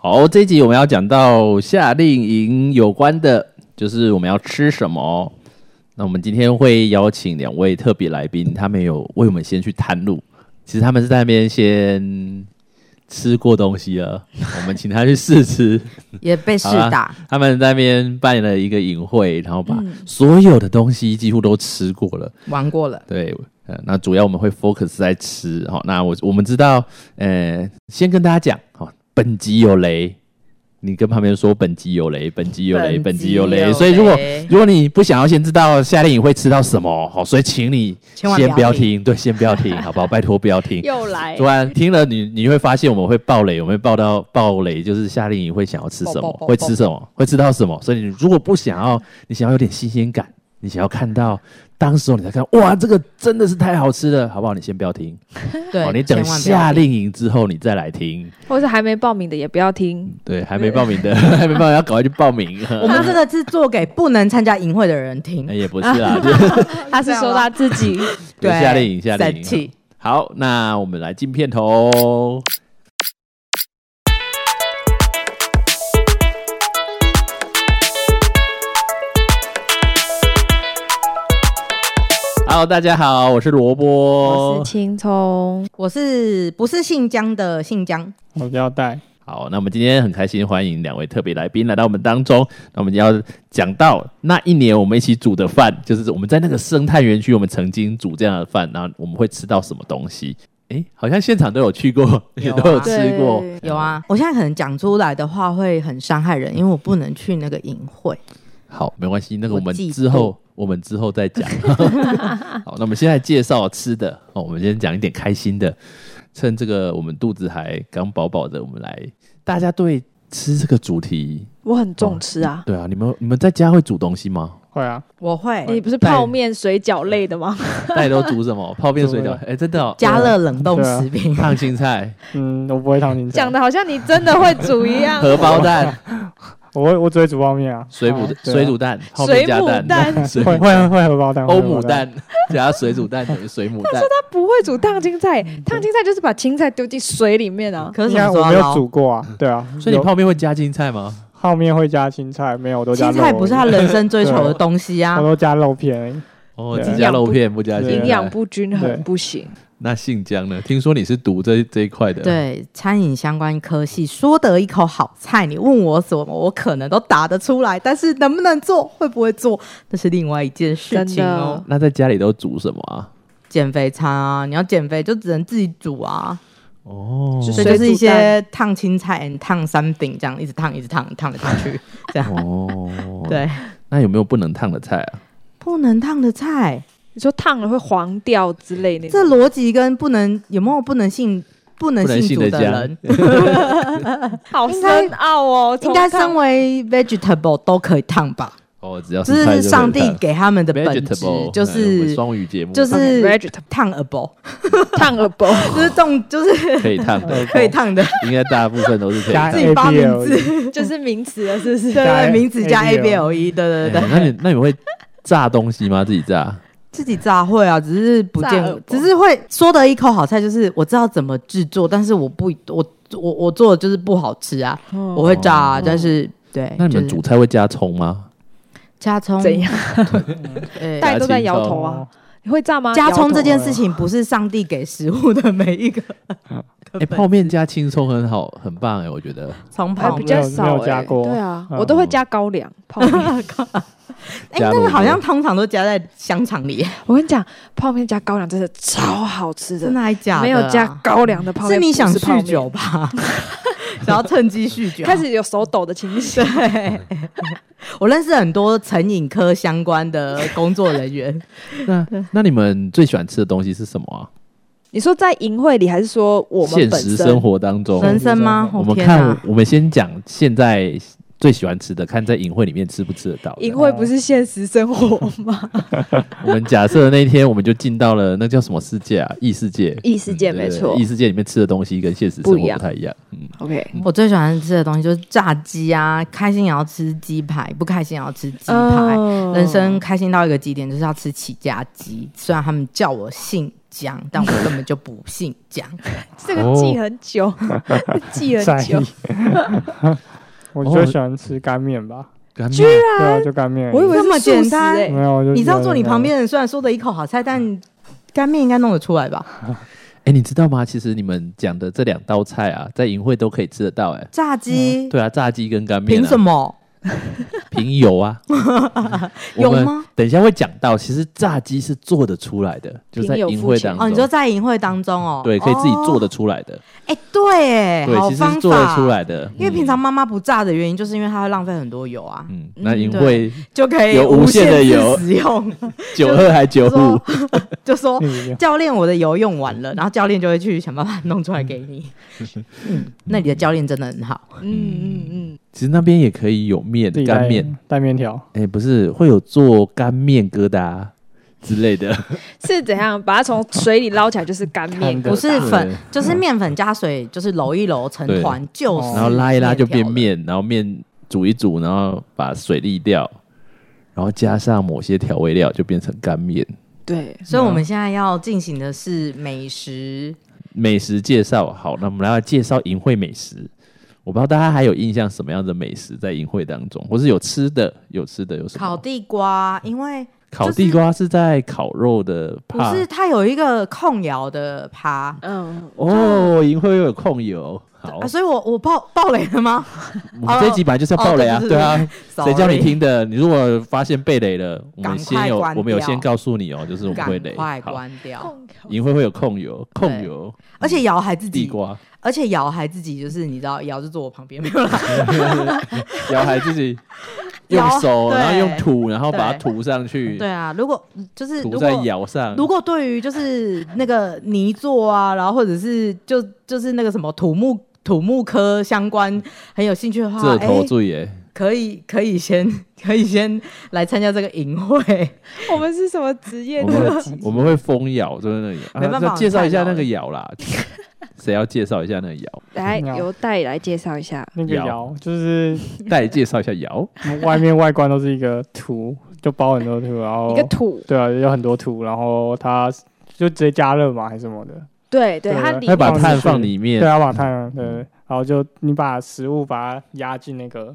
好，这一集我们要讲到夏令营有关的，就是我们要吃什么。那我们今天会邀请两位特别来宾，他们有为我们先去探路。其实他们是在那边先吃过东西了，我们请他去试吃。也被试好打啦，他们在那边办了一个营会，然后把所有的东西几乎都吃过了。玩过了。对，呃，那主要我们会 focus 在吃。好、那我我们知道，呃，先跟大家讲，好、本集有雷，你跟旁边说本集有雷，本集有雷，本集有雷。所以如果如果你不想要先知道夏令营会吃到什么，好、所以请你千万先不要听听，对，先不要听，好不好？拜托不要听。又哎来突然听了你，你会发现我们会爆雷，我们会爆到爆雷，就是夏令营会想要吃什么，爆爆爆会吃什么，会吃到什么。所以你如果不想要，你想要有点新鲜感，你想要看到当时候你才看，哇，这个真的是太好吃了，好不好？你先不要听，对，哦，你等千万不要夏听令营之后你再来听。或是还没报名的也不要听。对，还没 报名的， 还没报名要赶快去报名。我们这个是做给不能参加营会的人听 哎。也不是啦， 就是 嗯他是说他自己，就对，夏令营，夏令生营气。好，那我们来进片头。Hello，大家好，我是萝卜我是。青葱，我是不是姓江的姓江？我要带好，那我们今天很开心，欢迎两位特别来宾来到我们当中。那我们要讲到那一年我们一起煮的饭，就是我们在那个生态园区，我们曾经煮这样的饭，然后我们会吃到什么东西？诶，好像现场都有去过，也有啊都有吃过。对有啊，我现在可能讲出来的话会很伤害人，因为我不能去那个营会。好，没关系，那个我我们嫉妒之后我们之后再 讲。好，那我们现在介绍吃的哦，我们先讲一点开心的，趁这个我们肚子还刚饱饱的，我们来大家对吃这个主题，我很重吃啊。对啊，你们你们在家会煮东西吗？会啊，我哦会你不是泡面、水饺类的吗？大家都煮什 么？泡面、水饺？煮哎、真的、哦，加热冷冻食品，烫青菜、 嗯，我不会烫青菜讲，的好像你真的会煮 一样。荷包 啊蛋、我会我只会煮泡面啊，水煮、啊对啊水煮蛋、泡面加 水母蛋水会 会会荷包 蛋，欧会荷姆包蛋，蛋加水煮蛋等于水母蛋。 他不会煮烫青菜，嗯烫青菜就是把青菜丢进水里面啊。可是应什么该时候我要没有捞煮过啊，对啊，嗯所以你有泡面会加青菜吗？泡面会加青菜，没有我都加青肉而已，菜不是他人生追求的东西啊 我。都加肉片而已，哦，对只加肉片不加青对菜，营养不均对衡不行，那姓江呢？听说你是读这这一块的，，对，餐饮相关科系说得一口好菜，你问我什么，我可能都答得出来，但是能不能做，会不会做，那是另外一件事真情哦的。。那在家里都煮什么啊？减肥餐啊，你要减肥就只能自己煮啊，哦就所以就是一些烫青菜、烫三饼这样，一直烫、一直烫、烫来烫去，这样。哦，对，那有没有不能烫的菜啊？不能烫的菜，你说烫了会黄掉之类的，这逻辑跟不能有没有不能信、不能不能信信主的的家人，好应该深奥哦。应该从烫身为 vegetable 都可以烫吧？哦，只要这菜是就上可以帝烫给他们的本质 vegetable，，就哎我们是双语节目就是 vegetable 烫 able，烫了不？就是种就是可以烫的， 哦可以烫的，应该大部分都是可以烫加自的。己发明 E 字， 就是名词了，是 对不是？对加对，名字加 A ABL B L E，哎对对对，那你那你会炸东西吗？自己炸？自己炸会啊，只是不炸耳见，朵只是会说的一口好菜，就是我知道怎么制作，但是我不我我我做的就是不好吃啊，我我会炸啊，哦但是对，那你们就是煮菜会加葱吗？加葱怎样？呃大家都在加青摇头葱啊。你会炸吗？加摇葱头这件了事情不是上帝给食物的每一个 哎、泡面加青葱很好，很棒哎、我觉得。葱还泡比面，较没有没少有加哎，过对啊，嗯我都会加高粱 泡面。哎，加那入个好锅像通常都加在香肠里，我跟你讲，泡面加高粱真的超好吃的真，的还假的啊？没有加高粱的泡面是你想不是泡酗面酒吧？ 想要趁机酗酒。开始有手抖的情形。对， 我认识很多成瘾科相关的工作人 员，那那你们最喜欢吃的东西是什么啊？你说在营会里，还是说我们现本实身生活当中，人生吗？我哦们天哪看，我们先讲现在最喜欢吃的，看在营会里面吃不吃得到。淫秽不是现实生活吗？我们假设那一天我们就进到了那叫什么世界啊？异世界。异世界嗯没对错异世界里面吃的东西跟现实生活不一样不太一样。嗯， ，OK，我最喜欢吃的东西就是炸鸡啊，开心也要吃鸡排，不开心也要吃鸡排。哦人生开心到一个极点，就是要吃起家鸡。虽然他们叫我姓姜，但我根本就不姓 姜。这个哦记很久， 记很在久意。。我就喜欢吃干面吧，哦干居面对啊，就干面。我以为这么是素简食单欸没有，我就你知道觉得坐你旁边的人虽然说的一口好菜，但干面应该弄得出来吧？哎、你知道吗？其实你们讲的这两道菜啊，在营会都可以吃得到、哎，炸鸡，对啊，炸鸡跟干面、啊，凭什？么？凭油 啊？有我们吗？等一下会讲到，其实炸鸡是做得出来的，就凭在油营付会钱当中。哦，你说在营会当中哦，对，可以自己做的。得出来的，哎，对，对，好其实方是做得法出。来的。因为嗯平常妈妈不炸的原因，就是因为它会浪费很多油啊，嗯，那嗯营对 会就可以有无限的制油使用。九二还九就五说， 就说嗯不一样教练，我的油用完了，然后教练就会去想办法弄出来给 你。嗯，那你的教练真的很好。嗯嗯嗯，其实那边也可以有面自己哦 带干面，带面条，哎、不是会有做干面疙瘩之类的，哦是怎样把它从水里捞起来就是干面疙看瘩？的不是粉嗯对，嗯就是面粉加水，就是揉一揉成团，就是哦然后拉一拉就变条了。面，然后面煮一煮，然后把水沥掉，然后加上某些调味料就变成干面。对，所以我们现在要进行的是美食，美食介绍好，那我们来介绍淫秽美食。我不知道大家还有印象什么样的美食在淫秽当中，或是有吃的，有吃的有什么？烤地瓜，嗯因为烤就是地瓜是在烤肉的不趴是它有一个控窑的趴。嗯，哦，淫秽又有控油。好啊，，所以我我爆爆雷了吗？我们这一集本来哦就是要爆雷啊，哦对对啊， Sorry 谁叫你？听的？你如果发现被雷了，我们赶快先有关我们有掉先告诉你哦，就是我们会赶雷。快好，关掉！淫秽会有控油，控对油而且瑶还自地己瓜，而且瑶还自己就是你知道，瑶就坐我旁边没有啦，然后还自己摇用手，然后对用土，然后把它对涂上去，对啊，如果就是涂如在果窑上。如果对于就是那个泥做啊，然后或者是就就是那个什么土木土木科相关很有兴趣的话，这哎、头醉耶！可以可以先 可以先来参加这个 营会， 我们是什么职业我特们辑？我们会封窑，就是那个窑。没办法啊那介绍一下太老那了个窑啦。谁要介绍一下那个窑？来，嗯由代来介绍一下。那个窑窑就是带介绍一下窑。外面外观都是一个图，就包很多图，然后一个土，对啊，有很多图，然后它就直接加热嘛，还是什么的，对对，对它对里他把放碳进去放里面嗯对，啊，把它对，对然后就你把食物把它压进那个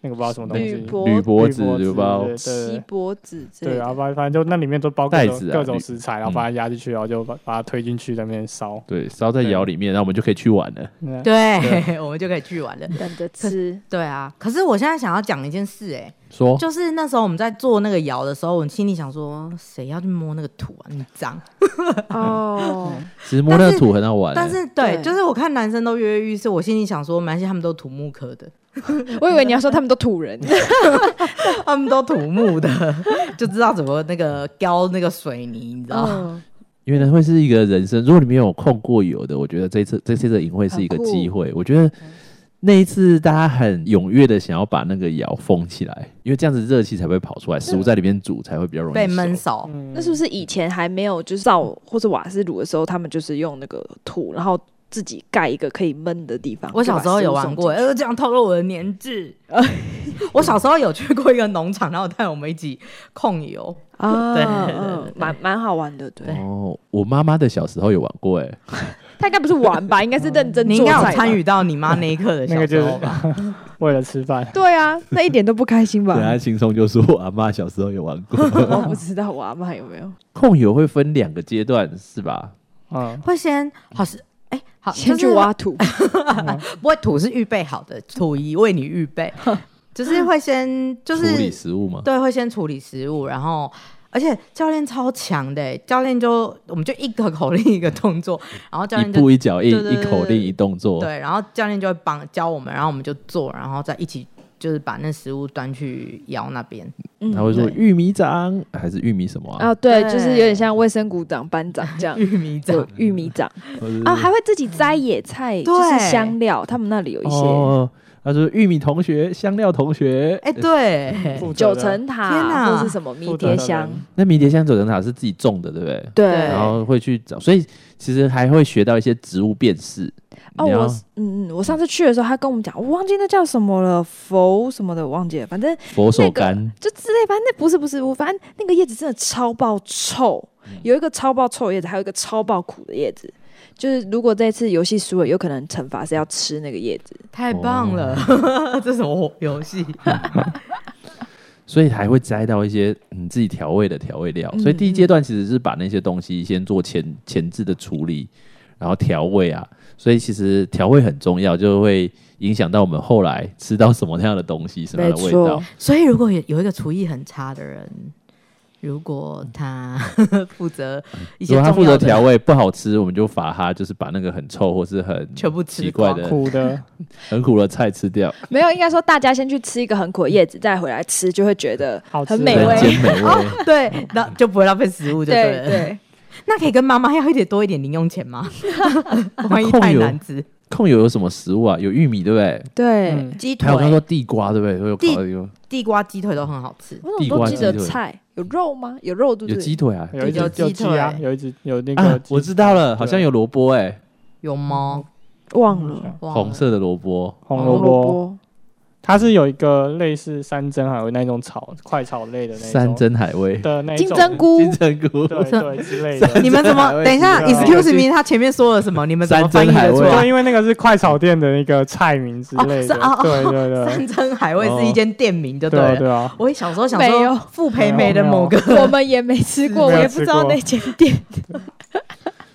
那个不知道什么东铝西，箔铝箔纸、箔铝包对锡对箔纸之类对，然啊后的。反反正就那里面都包各袋种子啊各种铝食材，然后把它压进去，然后就把把它推进去在那边烧，对，烧在窑里面，然后我们就可以去玩了。那对， 我们就可以去玩了。等着吃，对啊，可是我现在想要讲一件事、哎，说就是那时候我们在做那个窑的时候，我心里想说，谁要去摸那个土啊？你脏。哦，其实摸那个土很好玩欸，但是对，对就是我看男生都跃跃欲试，我心里想说，蛮像他们都土木科的，我以为你要说他们都土人， 他们都土木的， 就知道怎么那个浇那个水泥，你知道吗？嗯，因为呢会是一个人生，如果你没有控过油的，我觉得这次这次的营会是一个很酷机会。我觉得那一次大家很踊跃的想要把那个窑封起来，因为这样子热气才会跑出来，食物在里面煮才会比较容易被闷熟。熟，嗯那是不是以前还没有就是造或者瓦斯炉的时候，他们就是用那个土，然后自己盖一个可以闷的地方？我小时候有玩过，就把食物送进去呃，这样透露我的年纪。我小时候有去过一个农场，然后带我们一起控油，啊，对对对对嗯蛮蛮好玩的，对。哦，我妈妈的小时候有玩过、欸，他应该不是玩吧，应该是认真嗯你应做该有菜吧参与。到你妈那一刻的那小个就时是候吧？ 为了吃饭，对啊，那一点都不开心吧等？下啊轻松就说我阿妈小时候有玩过。 我不知道我阿妈有没有。控油会分两个阶段是吧？嗯，会先好是哎、好先去就是挖土，不会土是预备好的，土仪为你预备，就是会先就处理是食物吗？对，会先处理食物，然后而且教练超强的欸，教练就我们就一个口令一个动作，然后教练嗯一就步一脚印，对对一对口令，对一动作。对，然后教练就会帮教我们，然后我们就做，然后再一起就是把那食物端去窑那边。嗯他会说对玉米长还是玉米什么啊？啊，对，对。就是有点像卫生股长、班长这样玉米就 玉米长或者是啊，还会自己摘野菜，就是对香料，他们那里有一些哦，他说玉米同学、香料同学，哎、嗯对，负责九的层天塔哪或是什么迷负责的迭人香，那迷迭香九层塔是自己种的，对不对？对对然后会去找，所以其实还会学到一些植物辨识。哦，你要我嗯嗯，我上次去的时候，他跟我们讲，我忘记那叫什么了，佛什么的，我忘记了，反正佛手柑，就之类，反正那不是不是，我反正那个叶子真的超爆臭，嗯有一个超爆臭的叶子，还有一个超爆苦的叶子。就是如果这次游戏输了，有可能惩罚是要吃那个叶子。太棒了！哦 这什么游戏？ 所以还会摘到一些你自己调味的调味料。嗯所以第一阶段其实是把那些东西先做前前置的处理，然后调味啊。所以其实调味很重要，就会影响到我们后来吃到什么样的东西，什么样的味道没错。所以，如果有有一个厨艺很差的人，如果他 负责一如果些重他要负责调的，味不好吃，我们就罚他，就是把那个很臭或是很全部吃奇怪光的、苦的，很苦的菜吃掉，没有，应该说大家先去吃一个很苦的叶子，再回来吃，就会觉得好吃很美人味。间美味。对，那就不会浪费食物就对对了。对，那可以跟妈妈要一点多一点零用 钱吗？万一太难吃， 控油有什么食物啊？有玉米，对不对？对，嗯，鸡还有他说腿、地瓜，对不对？会有烤地的有地瓜、鸡腿都很好吃。我地怎么都瓜记得鸡腿菜有肉吗？有肉对不有对？鸡腿啊。有一只有有鸡鸡啊，腿有一只有那个啊，鸡，我知道了，好像对有萝卜哎，有吗？忘了忘了红色的萝卜，红红萝卜，卜，它是有一个类似山珍海味那种炒快炒类的那种山珍海味，的那一金种针菇 金针菇， 对对之类的。你们怎么？等一下对，excuse me，他前面说了什么？你们怎么啊山翻珍译海得出味就来？因为那个是快炒店的那个菜名之类的，哦是对对啊对，山珍海味是一间店名就对啊了。对啊，我也小时候想没有说，傅培梅的某个我们也没吃过，没我有也不知道吃过那间店。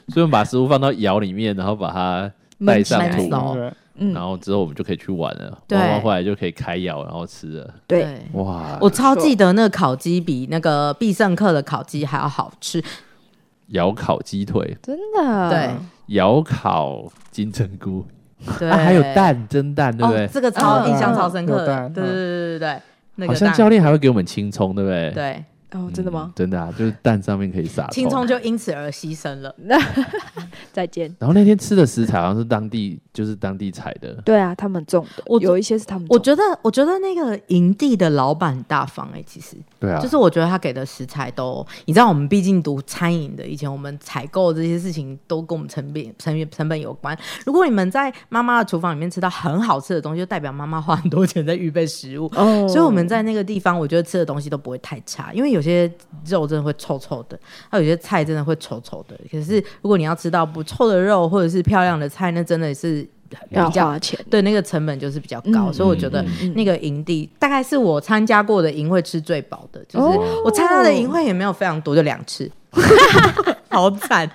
所以我们把食物放到窑里面，然后把它带上焖起土来，对对嗯然，后之后我们就可以去玩了，对玩完回来就可以开窑，然后吃了，对，哇，我超记得那个烤鸡比那个必胜客的烤鸡还要好吃。窑烤鸡腿，真嗯的，对窑烤金针菇，对，啊啊，还有蛋蒸蛋，对不哦对，？这个超嗯印象超深刻有的，蛋对对对对对，那好个像蛋教练还会给我们青葱，对不对？对哦，嗯，真的吗？真的啊，就是蛋上面可以撒青葱就因此而牺牲了。再见。然后那天吃的食材好像是当地，就是当地采的，对啊，他们种的，我有一些是他们我觉种的。得，我觉得那个营地的老板很大方哎、其实对啊，就是我觉得他给的食材都，你知道，我们毕竟读餐饮的，以前我们采购这些事情都跟我们成本、成成本有关。如果你们在妈妈的厨房里面吃到很好吃的东西，就代表妈妈花很多钱在预备食物。哦所以我们在那个地方，我觉得吃的东西都不会太差，因为有些肉真的会臭臭的，还有些菜真的会臭臭的。可是如果你要吃到不臭的肉或者是漂亮的菜，那真的是要比较花钱，对那个成本就是比较高，嗯所以我觉得嗯那个营地大概是我参加过的营会吃最饱的，就是哦我参加的营会也没有非常多，就两 次，好惨。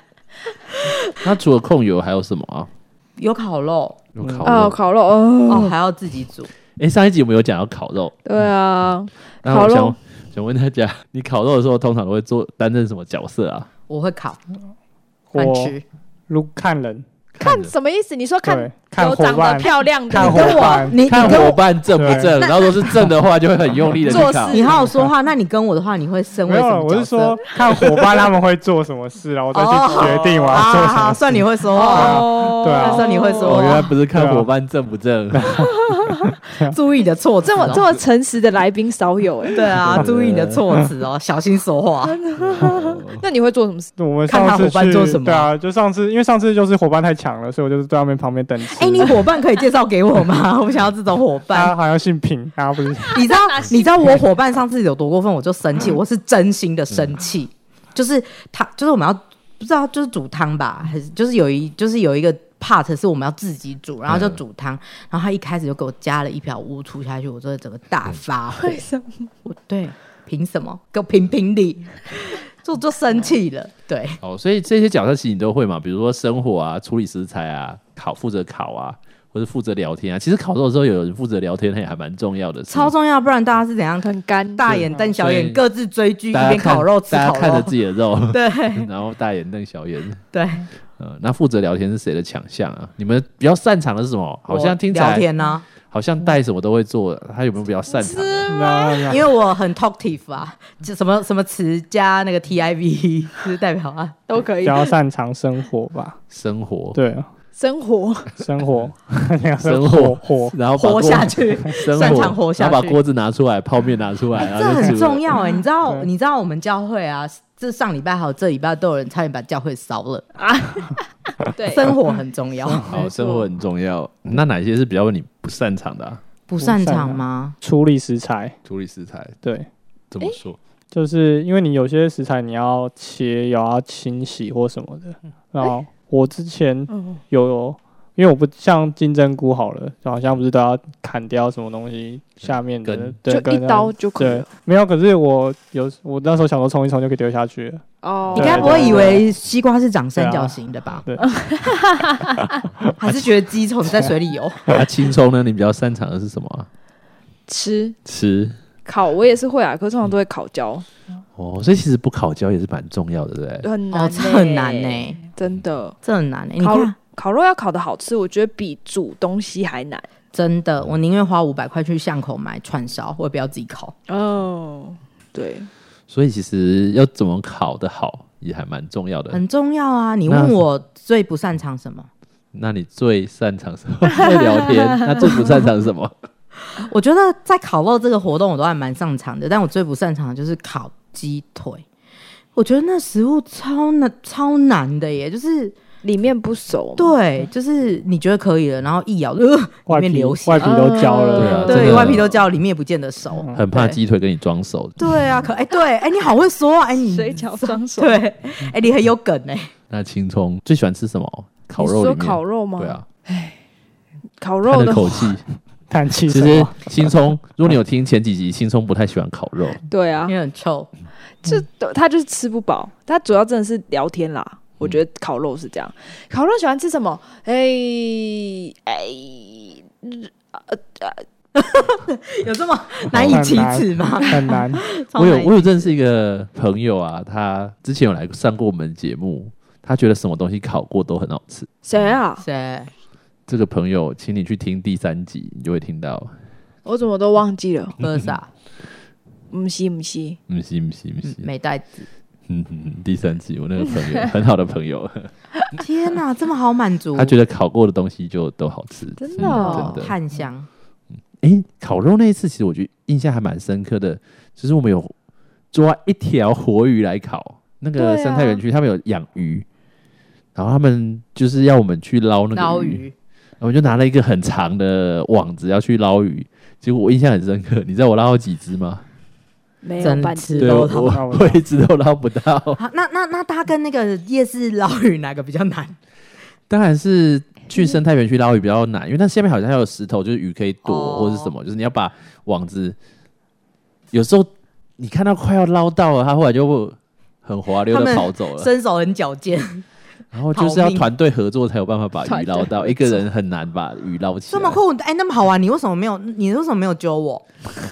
那除了控油还有什么啊？有烤肉有烤哦，肉，烤肉哦，哦，还要自己煮。哎，上一集我们有讲到烤肉，对啊，然后我烤肉想想问大家，你烤肉的时候通常都会做担任什么角色啊？我会烤，我乱吃。如看人，看什么意思？你说看对，看有伙长得伴，漂亮的，看你伙跟我伴，你你看跟伙我，伴正不正，然后如果是正的话，就会很用力的去做烤事。你好好说话，那你跟我的话，你会身为没什有，么我角是色？说看伙伴他们会做什么事，然后再去哦决定我要啊，做什么好事。算你会说话，哦对啊那时候你会哦，说原来不是看伙伴正不正，注意你的措辞这哦，么这么诚实的来宾少有哎。对啊，注意你的措辞哦，小心说话。那你会做什么事？我们看上他次伙伴去做什么对啊，就上次，因为上次就是伙伴太强了，所以我就是在他们旁边等吃。 哎、你伙伴可以介绍给我吗？ 我想要这种伙他伴。好像姓品，他 不是你知道， 你知道我伙伴上次有多过分，我就生嗯气，我是真心的生气。就是他，就是我们要不知道，就是煮汤吧，还是就是有一，就是有一个 part 是我们要自己煮，然后就煮嗯汤，然后他一开始就给我加了一瓢乌醋下去，我真的整个大嗯发火。为什么？我对，凭什么？给我评评理，嗯就就生气了。对，哦，所以这些角色其实你都会嘛，比如说生火啊、处理食材啊、烤负责烤啊，或者负责聊天啊。其实烤肉的时候有人负责聊天，那也还蛮重要的事。超重要，不然大家是怎样？很干，大眼瞪小所以眼，各自追剧，一大家边看烤肉吃大烤家看着肉。自己的肉， 对然后大眼瞪小眼。对，呃，那负责聊天是谁的强项啊？你们比较擅长的是什么？好像听起我聊来天呢、好像带什么都会做，他有没有比较擅长的？那 那因为我很 talkative 啊，就什么什么词加那个 TIV 就是代表啊，都可比以。较擅长生活吧？生活，对，啊生活生 活，你要生活活火，然后哦把活锅下，去，生擅长活活，下然后把去锅子拿出来，泡面拿出来，然这后就很煮了重要哎、你知道对你知道我们教会啊，这上礼拜还有这礼拜都有人差点把教会烧了，对生活很重要，好，生活很重要。那哪些是比较你不擅长的、啊？不擅长吗？处理食材，处理食材对，怎么说？就是因为你有些食材你要切，有要清洗或什么的。嗯然后我之前哦有，因为我不像金针菇好了，好像不是都要砍掉什么东西下面的根，对就一根刀就可以对了。，没有。可是我有，我那时候想说冲一冲就可以丢下去了，哦，你对该不会以为西瓜是长三角形的吧？ 对，还是觉得鸡虫在水里游？那啊青葱呢？你比较擅长的是什么啊、吃吃烤我也是会啊，可是通常都会烤焦，哦，所以其实不烤焦也是蛮重要的，对不对？很难哦，欸，这很难呢，真的。这很难呢。欸你烤看，烤肉要烤的好吃，我觉得比煮东西还难。真的，我宁愿花五百块去巷口买串烧，我也不要自己烤。哦，对，所以其实要怎么烤的好也还蛮重要的。很重要啊！你那问我最不擅长什么？那你最擅长什么？会聊天，那最不擅长什么？ 我觉得在烤肉这个活动，我都还蛮擅长的，但我最不擅长的就是烤鸡腿。我觉得那食物超难超难的耶，就是里面不熟嘛，对，嗯就是你觉得可以了，然后一咬，呃，外里面皮流血外，皮都焦了，对啊真对，的外皮都焦，里面也不见得熟。很怕对鸡腿跟你装熟。对啊，可哎、对哎、你好会说啊哎、你水饺双手。对哎、你很有梗哎、那青葱最喜欢吃什么？烤你肉里说面。烤肉吗？对，啊，烤他肉的的口气。叹气其什实么？青葱，如果你有听前几集，青葱不太喜欢烤肉。对啊因，为 很臭。这嗯他就是吃不饱，他主要真的是聊天啦。我嗯觉得烤肉是这样，烤肉喜欢吃什么？哎哎，有这么难以启齿吗？很难，超我有难以我有认识一个朋友啊，他之前有来上过我们节目，他觉得什么东西烤过都很好吃。谁啊？谁？这个朋友，请你去听第三集，你就会听到。我怎么都忘记了。不是啊，唔西唔西，嗯，行不行不嗯行，没带子。嗯嗯，第三集我那个朋友很好的朋 友，天哪、这么好满足？他觉得烤过的东西就都好吃，真嗯的哦真的。炭香。诶，烤肉那一次，其实我觉得印象还蛮深刻的，就是我们有抓一条活鱼来烤。那个对啊生态园区他们有养鱼，然后他们就是要我们去捞那捞个鱼，鱼，然后我就拿了一个很长的网子要去捞鱼。结果我印象很深刻，你知道我捞到几只吗？没有真半吃只。对，都我捞不到我我一直都捞不到。 好，那那那它跟那个夜市捞鱼哪个比较难？当然是去生态园区捞鱼比较难，因为它下面好像还有石头，就是鱼可以躲、哦或者是什么，就是你要把网子。有时候你看到快要捞到了，它后来就很滑溜他的们跑走了，身手很矫 健，然后就是要逃命团队合作才有办法把鱼团队捞到，一个人很难把鱼捞起这来么。酷，哎、那么好玩，你为什么没有？你为什么没有揪我？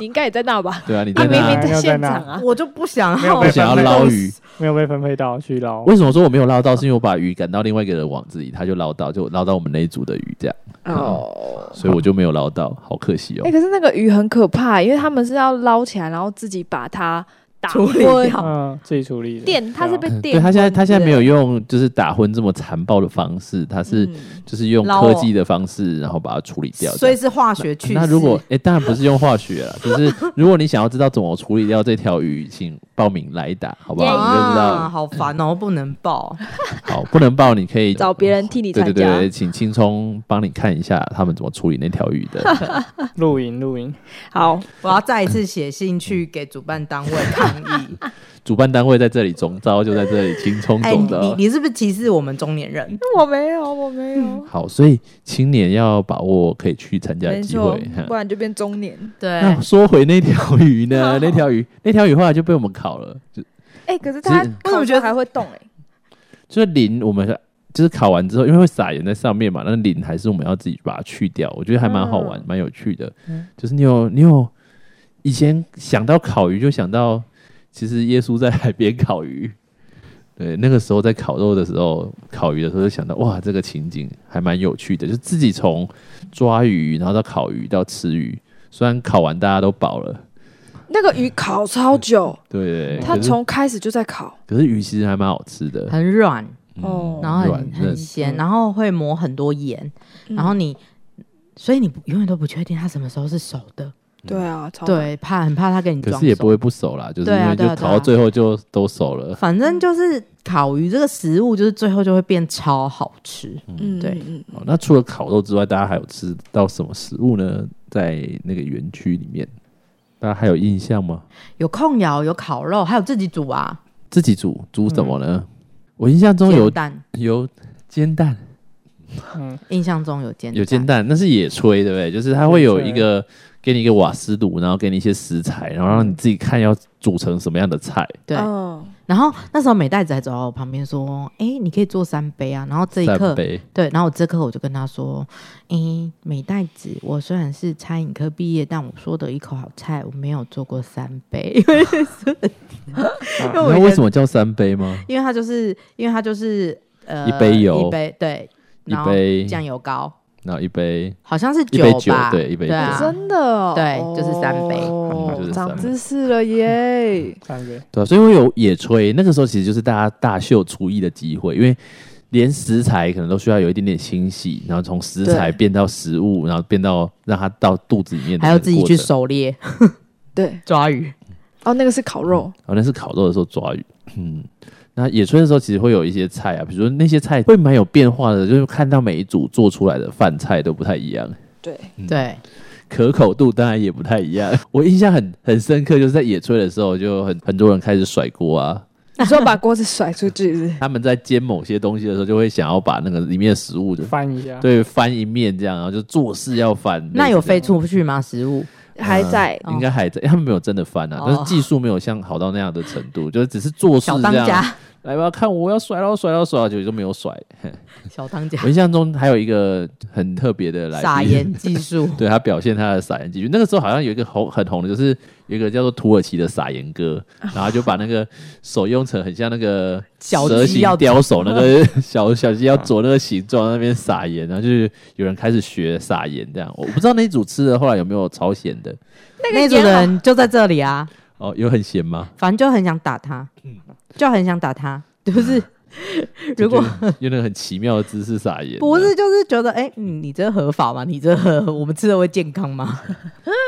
你应该也在那吧？对啊，你他在明那明在在现那场啊。我就不 想没有要不被想要捞鱼，没有被分配到去捞，为什么说我没有捞到？是因为我把鱼赶到另外一个人的网子里，他就捞到，就捞到我们那一组的鱼这样，哦，所以我就没有捞到，好可惜哦哎，。可是那个鱼很可怕，因为他们是要捞起来，然后自己把它打处理昏掉。嗯，自己处理的。电，它是被嗯电。对他现在他现在没有，用就是打昏这么残暴的方式，他是、嗯就是用捞科哦技的方式，然后把它处理掉。所以这样是化学去世。那如果诶，当然不是用化学了， 就是如果你想要知道怎么处理掉这条鱼，请报名来打，好不好？你就知啊，道，好烦哦，不能报。好不能报，你可 以找别人替你对对参加。对，请青葱帮你看一下他们怎么处理那条鱼的。露营露营，好， 我要再一次写信去给主办单位 抗议。主办单位在这里，总招就在这里，青葱哎、总你你招。你是不是歧视我们中年人？我没有，我没有。好，所以青年要把握可以去参加的没机错会。哈，不然就变中年。对，那说回那条鱼呢？那条鱼，那条鱼后来就被我们烤了，就哎，可是它只是我怎么觉得还会动？哎，就是磷，我们就是烤完之后，因为会撒盐在上面嘛，那磷还是我们要自己把它去掉。我觉得还蛮好玩嗯，蛮、有趣的。就是你有你有以前想到烤鱼，就想到其实耶稣在海边烤鱼， 对，那个时候在烤肉的时候，烤鱼的时候就想到，哇，这个情景还蛮有趣的，就自己从抓鱼，然后到烤鱼，到吃鱼。虽然烤完大家都饱了，那个鱼烤嗯超久，对，它可是从开始就在烤，可是鱼其实还蛮好吃的，很软，嗯哦然后软很很嫩咸，嗯然后会抹很多盐，嗯然后你，所以你不永远都不确定它什么时候是熟的，对啊，超好，对，怕很怕它给你可嗯装是也不熟。会不熟啦，就是对啊因为就对啊对啊烤到最后就都熟了。反正就是烤鱼这个食物，就是最后就会变超好吃。嗯，对嗯，嗯好那除了烤肉之外，大家还有吃到什么食物呢？在那个园区里面，大家还有印象吗？有控窑，有烤肉，还有自己煮啊，自己煮煮什么呢？我印象中有嗯煎蛋，有煎蛋，嗯，印象中有煎有煎蛋，那是野炊，对不对？就是它会有一野炊个给你一个瓦斯炉，然后给你一些食材，然后让你自己看要煮成什么样的菜。对，嗯然后那时候美代子还走到我旁边说：“哎、你可以做三杯啊。”然后这一三刻，杯，对，然后我这刻我就跟他说：“哎、美代子，我虽然是餐饮科毕业，但我说的一口好菜，我没有做过三杯， 因为是因为我啊那为什么？么叫三杯吗？因为他就是因为他就是呃一杯油一杯对，一然后杯，酱油膏，然后一杯，好像是一杯酒吧？对一杯对啊酒，真的哦，对就是三杯哦嗯就是三杯长知识了耶！三月对啊、所以会有野炊，那个时候其实就是大家大秀厨艺的机会，因为连食材可能都需要有一点点心细，然后从食材对变到食物，然后变到让它到肚子里面的还有自己过去程。狩猎 对， 抓鱼，嗯哦，那个是烤肉，嗯哦，那是烤肉的时候抓鱼。嗯，那野炊的时候其实会有一些菜啊，比如说那些菜会蛮有变化的，就是看到每一组做出来的饭菜都不太一样，对，对，可口度当然也不太一样。 我印象很很深刻，就是在野炊的时候，就很很多人开始甩锅啊，你说把锅子甩出去是不是他们在煎某些东西的时候，就会想要把那个里面的食物的翻一下，对，翻一面这样，然后就做事要翻。那有飞类似出去吗？食物嗯还在嗯这样，应该还在，他们没有真的翻啊，哦但是技术没有像好到那样的程度，就是只是做事小当这样。家，来吧，看我要甩了，甩了，甩了，就就没有甩。 小当家我，印象中还有一个很特别的 来宾撒盐，技术对他表现他的撒盐技术。那个时候好像有一个红很红的，就是有一个叫做土耳其的撒盐哥，然后就把那个手用成很像那个 小蛇鸡形要雕手那个 小小鸡要做那个形状，那边撒盐，然后就是有人开始学撒盐这样。我不知道那一组吃的后来有没有朝鲜的 那组的人就在这里啊，哦，有很咸吗？反正就很想打他，嗯就很想打他，就是、 如果就用那个很奇妙的姿势撒盐，不是就是觉得哎、嗯你这合法吗？你这合 我们吃的会健康吗？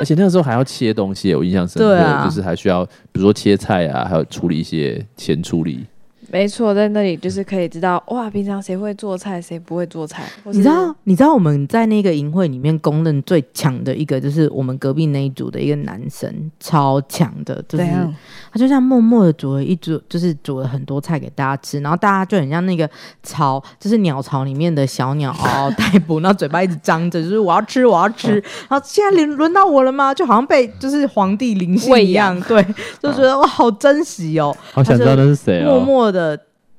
而且那个时候还要切东西，我印象深刻，对啊就是还需要比如说切菜啊，还有处理一些前处理。没错，在那里就是可以知道哇，平常谁会做菜，谁不会做菜，或嗯是你知道你知道我们在那个营会里面公认最强的一个就是我们隔壁那一组的一个男生，超强的，就怎是样？他就这样默默的煮了一桌，就是煮了很多菜给大家吃，然后大家就很像那个巢，就是鸟巢里面的小鸟嗷嗷待哺，然后嘴巴一直张着，就是我要吃，我要吃。然后现在轮轮到我了吗？就好像被就是皇帝临幸喂一样，对，就觉得哇，好珍惜哦，好想知道那是谁默哦。默的。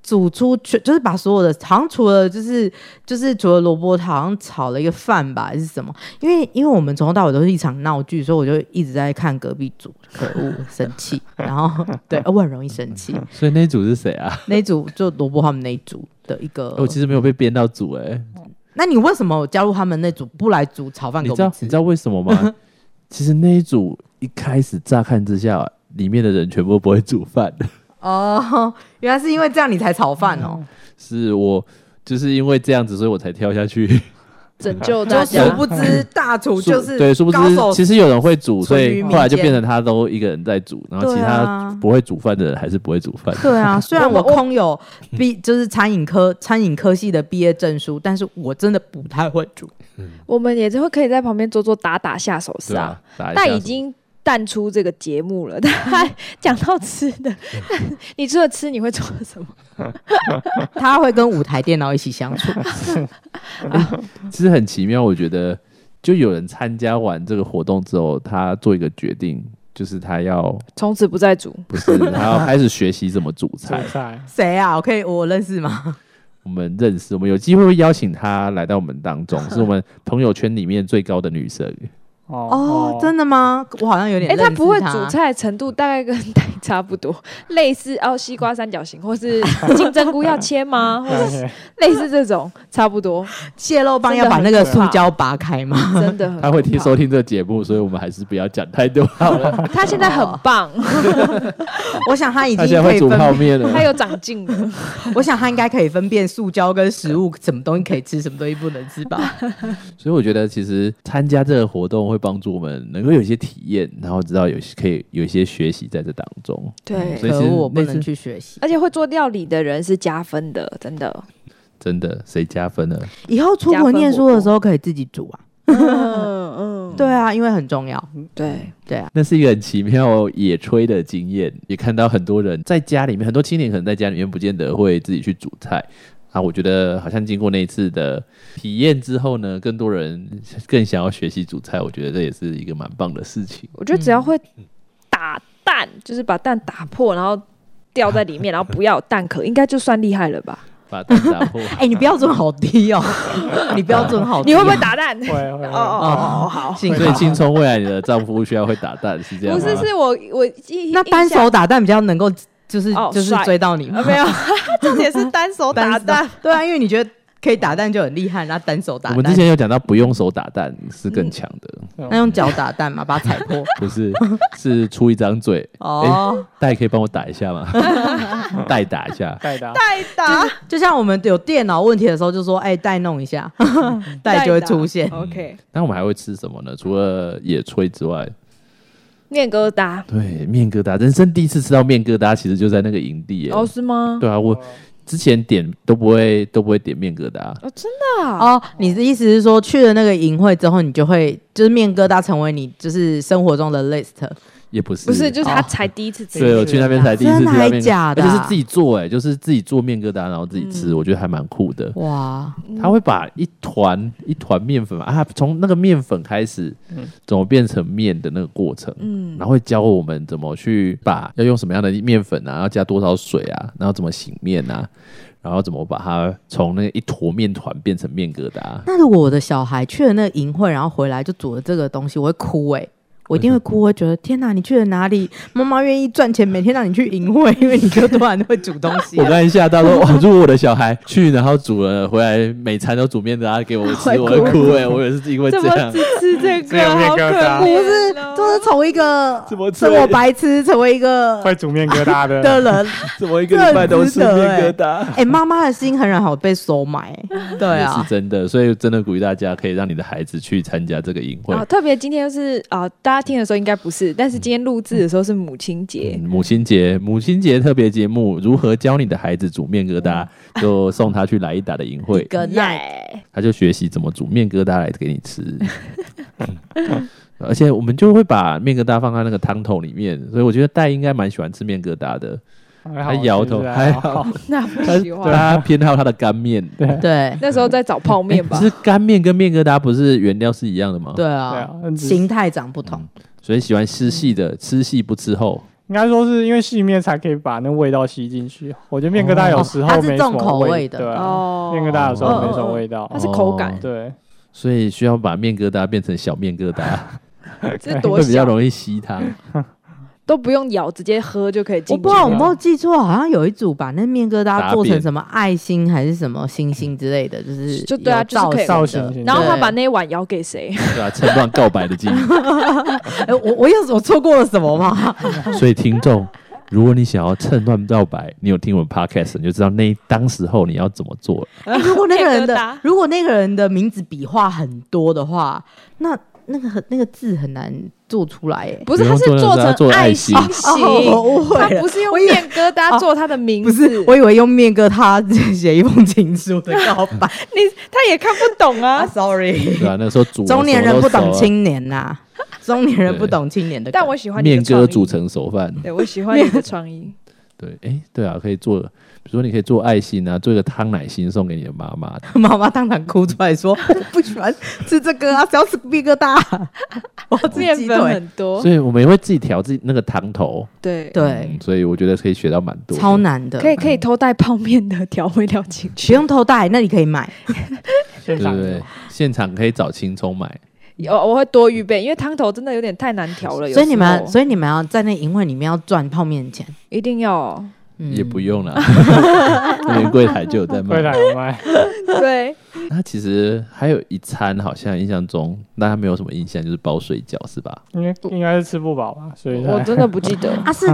煮出全就是把所有的，好像除了就是就是除了萝卜头，好像炒了一个饭吧，还是什么？因为因为我们从头到尾都是一场闹剧，所以我就一直在看隔壁组，可恶，生 气。然后对，呃我很容易生气。所以那一组是谁啊？那一组就萝卜他们那一组的一个，我其实没有被编到组哎、那你为什么加入他们那组不来煮炒饭给你我知道们你吃知？道为什么 吗？其实那一组一开始乍看之下，里面的人全部不会煮饭，哦，原来是因为这样你才炒饭哦，是我就是因为这样子，所以我才跳下 去。拯啊就救大殊家，不知大厨就是对，殊不知高手其实有人会煮，所存于以后来就民间变成他都一个人在煮，然后其对他啊。不会煮饭的人还是不会煮饭。对 啊，虽然我我嗯空有毕就是餐饮科餐饮科系的毕业证书，但是我真的不太会煮。 我们也是会可以在旁边做做打打下手对势啊啊，，打一下但手已经淡出这个节目了。 但讲到吃的，嗯 你除了吃，你会做什么？他会跟舞台电脑一起相处，其实很奇妙，我觉得就有人参加完这个活动之后，他做一个决定，就是他要从此不再煮。不是他要开始学习怎么煮煮菜。菜， 谁啊？我可以我认识吗？我们认识， 我们有机会会邀请她来到我们当中，是我们朋友圈里面最高的女生。哦，真的吗？我好像有点哎、认识它他不会煮，菜的程度大概跟 蛋差不多，类似哦，西瓜三角形，或是金针菇要 切吗？或是 OK，类似这种，差不多，蟹肉棒要把那个塑胶拔开 吗？真的很。他会听收，听这个节目，所以我们还是不要讲太 多好了。他现在哦很棒，我想他已他经现在可会以煮泡分，面 他了，有长进了。嗯我想他应该可以分辨塑胶跟食物，什么东西可以吃，什么东西不能吃吧？所以我觉得其实参加这个活动会帮助我们能够有一些体验，然后知道有可以有一些学习在这当中。对所以可其实我不那次能去学习。而且会做料理的人是加分的，真的。真的，谁加分了？ 以后出国念书的时候可以自己煮啊。嗯嗯，对啊，因为很重要。对，对啊，那是一个很奇妙野炊的经验，也看到很多人在家里面，很多青年可能在家里面不见得会自己去煮菜啊。我觉得好像经过那一次的体验之后呢，更多人更想要学习煮菜，我觉得这也是一个蛮棒的事情。我觉得只要会打蛋，就是把蛋打破，然后掉在里 面，然后不要蛋壳，应该就算厉害了吧？把蛋打破， 哎、你标准好低 哦，你标准好低、哦你会不会？打 蛋？会会哦会，哦哦，好。幸所以好青葱未来你的丈夫需要会打蛋，是这样不吗？是，是我我一那单手打蛋比较能够，就是、哦就是帅追到你吗啊？没有，重点是单手打蛋。对啊，因为你觉得可以打蛋就很厉害，然后单手打我蛋。们之前有讲到不用手打蛋是更强的，那用脚打蛋嘛，把它踩 破。不是，是出一张嘴。哦，大家可以帮我打一下 吗？代打一下，代打代 打就像我们有电脑问题的时候，就说哎，代弄一下，嗯 代就会出现。嗯 OK，那我们还会吃什么呢？除了野炊之外，面疙瘩。对面疙瘩，人生第一次吃到面疙瘩，其实就在那个营地耶。哦，是吗？对啊，我之前点都不会都不会点面疙瘩，哦，真的啊。哦，你的意思是说，去了那个营会之后，你就会就是面疙瘩成为你就是生活中的 list，也不是啊不是，就是他才第一次吃。对我去那边才第一次吃到面真的还假的而啊且是自己做哎，就是自己做面疙瘩，然后自己吃，我觉得还蛮酷的。哇，他会把一团一团面粉啊，从那个面粉开始，怎么变成面的那个过程，嗯然后会教我们怎么去把要用什么样的面粉啊，要加多少水啊，然后怎么醒面啊，然后怎么把它从那一坨面团变成面疙瘩。那如果我的小孩去了那个营会，然后回来就煮了这个东西，我会哭哎、我一定会哭，我会觉得天哪，你去了哪里？妈妈愿意赚钱，每天让你去营会，因为你就突然会煮东西 我。刚才吓到说，哇！如果我的小孩去，然后煮了回来，每餐都煮面疙瘩给我吃，我会哭哎、我也是因为 怎这么样只。吃这只有个？面好可疙瘩不怜是，哦就是从一个怎么吃生活白痴成为一个会煮面疙瘩的 的，人。怎么一个礼拜都吃面疙瘩？哎、妈妈的心很然好被收买、 哎对也是啊，真的，所以真的鼓励大家可以让你的孩子去参加这个营会。啊，特别今天是啊，大家听的时候应该不是，但是今天录制的时候是母亲节嗯，母亲节，母亲节特别节目，如何教你的孩子煮面疙瘩，嗯就送他去莱伊达的营 会，跟耶！他就学习怎么煮面疙瘩来给你吃。而且我们就会把面疙瘩放在那个汤头里面，所以我觉得戴应该蛮喜欢吃面疙瘩的，还哎好他摇头其实还好， 那不他 喜欢。他偏好他的干面。啊哎对啊那时候在找泡面可吧，是干面跟面疙瘩不是原料是一样的吗？对，对啊啊，，嗯只是形态长不同。所以喜欢吃细的，嗯吃细不吃厚。应该说是因为细面才可以把那味道吸进去。我觉得面疙瘩有时哦候它是没什重么口味味的对啊，哦面疙瘩有时候没什么味道它，是口感哦，对，所以需要把面疙瘩变成小面疙瘩，这多会比较小容易吸汤。都不用咬，直接喝就可以进我去。不知道我有没有记错，好像有一组把那面疙瘩打做扁成什么爱心还是什么星星之类的，就是就对啊有就是可以造造型型的。型然后他对把那一碗舀给谁？对啊，趁乱告白的机会。哎，我我有我错过了什么 吗？所以听众，如果你想要趁乱告白，你有听我们 podcast，你就知道那一当时候你要怎么 做了。哎如果那个人面疙瘩的如果那个人的名字笔画很多的话，那那个很那个字很难做出来哎。 不是，不他用是做那个做成他做爱爱心心 形，哦我误会他了不是用我以为面疙瘩做他的名不是字，， 我以为用面疙瘩写一封情书的告白你 他也看不懂啊 啊。对 ，sorry，啊，那时候煮中年人不懂啊青年呐， 中年人不懂青年的梗。但我喜欢你的面创疙意煮，成熟饭。对我喜欢你的创意。对，哎，对啊，可以做，比如说你可以做爱心啊，做一个汤奶心送给你的妈妈。 妈妈当场哭出来说：“我不喜欢吃这个啊，只要吃面疙 瘩，我要吃面鸡粉腿。很多所，以我们也会自己调自己那个汤头。”对，对嗯，所以我觉得可以学到蛮多的。超难的，可以可以偷带泡面的调味料进不去，用偷带，那你可以买。现对场不对？现场可以找青葱买，我我会多预备，因为汤头真的有点太难调了。所以你们有时候所以你们要在那营会里面要赚泡面钱，一定要嗯也不用了， 连柜台就有在柜卖。台有卖，对，那其实还有一餐，好像印象中大家没有什么印象，就是包水饺是吧？因为应该是吃不饱吧，所以我才真的不记 得。啊，是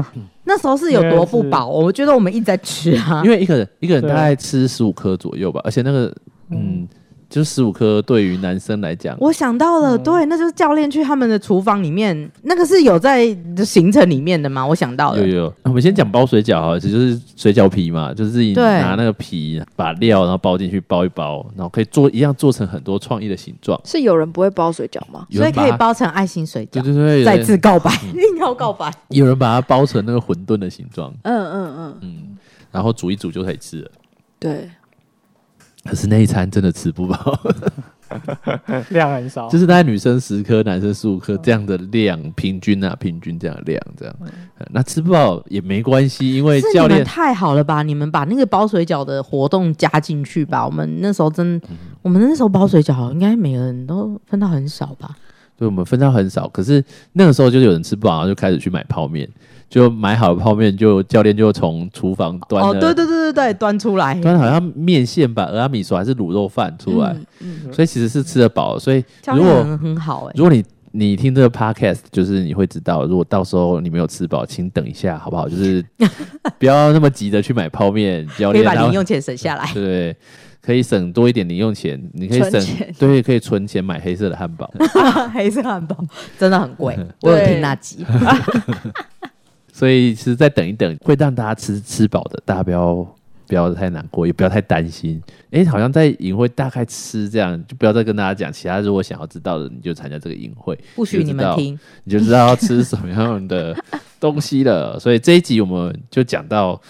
那时候是有多不饱？我觉得我们一直在吃啊因，为一个人一个人对大概吃十五颗左右吧，而且那个嗯，就是十五颗对于男生来讲，我想到了，嗯对，那就是教练去他们的厨房里面，那个是有在行程里面的吗？我想到了有，有，我们先讲包水饺哈，这就是水饺皮嘛，就是自己对拿那个皮把料然后包进去包一包，然后可以做一样做成很多创意的形状，是有人不会包水饺吗？有所以人可把以它，包成爱心水对饺。对对，有再人次 告白，硬要告白，有人把它包成那个馄饨的形状，嗯嗯嗯，嗯，然后煮一煮就可以吃了。对，可是那一餐真的吃 不饱，嗯哦量很少，就是大概女生十颗，男生十五颗这样的量，平均啊，平均这样的量，这样，呃那吃不饱也没关系，因为嗯是教你们练太好了吧？你们把那个包水饺的活动加进去吧。我们那时候真，嗯我们那时候包水饺应该每个人都分到很少吧？对我们分到很少，可是那个时候就是有人吃不饱，然后就开始去买泡面，就买好的泡面，就教练就从厨房端了，哦，对对对对对，端出来，端好像面线吧，俄阿米索还是卤肉饭出来，嗯，嗯所以其实是吃得饱，所以教如练果很很好哎、如果你你听这个 podcast，就是你会知道，如果到时候你没有吃饱，请等一下，好不好？就是 不要那么急着去买泡面，教可以练把他零会用钱 省下来。 对，可以省多一点零用钱，你可以存省钱对，可以存钱买黑色的汉堡。黑色汉堡真的 很贵，我有听那集。所以其实再等一等，会让大家吃吃饱的，大家不要。不要太难过，也不要太担心。诶，好像在营会大概吃这样，就不要再跟大家讲其他。如果想要知道的，你就参加这个营会。不许你们就知道听，你就知道要吃什么样的东西了。所以这一集我们就讲到，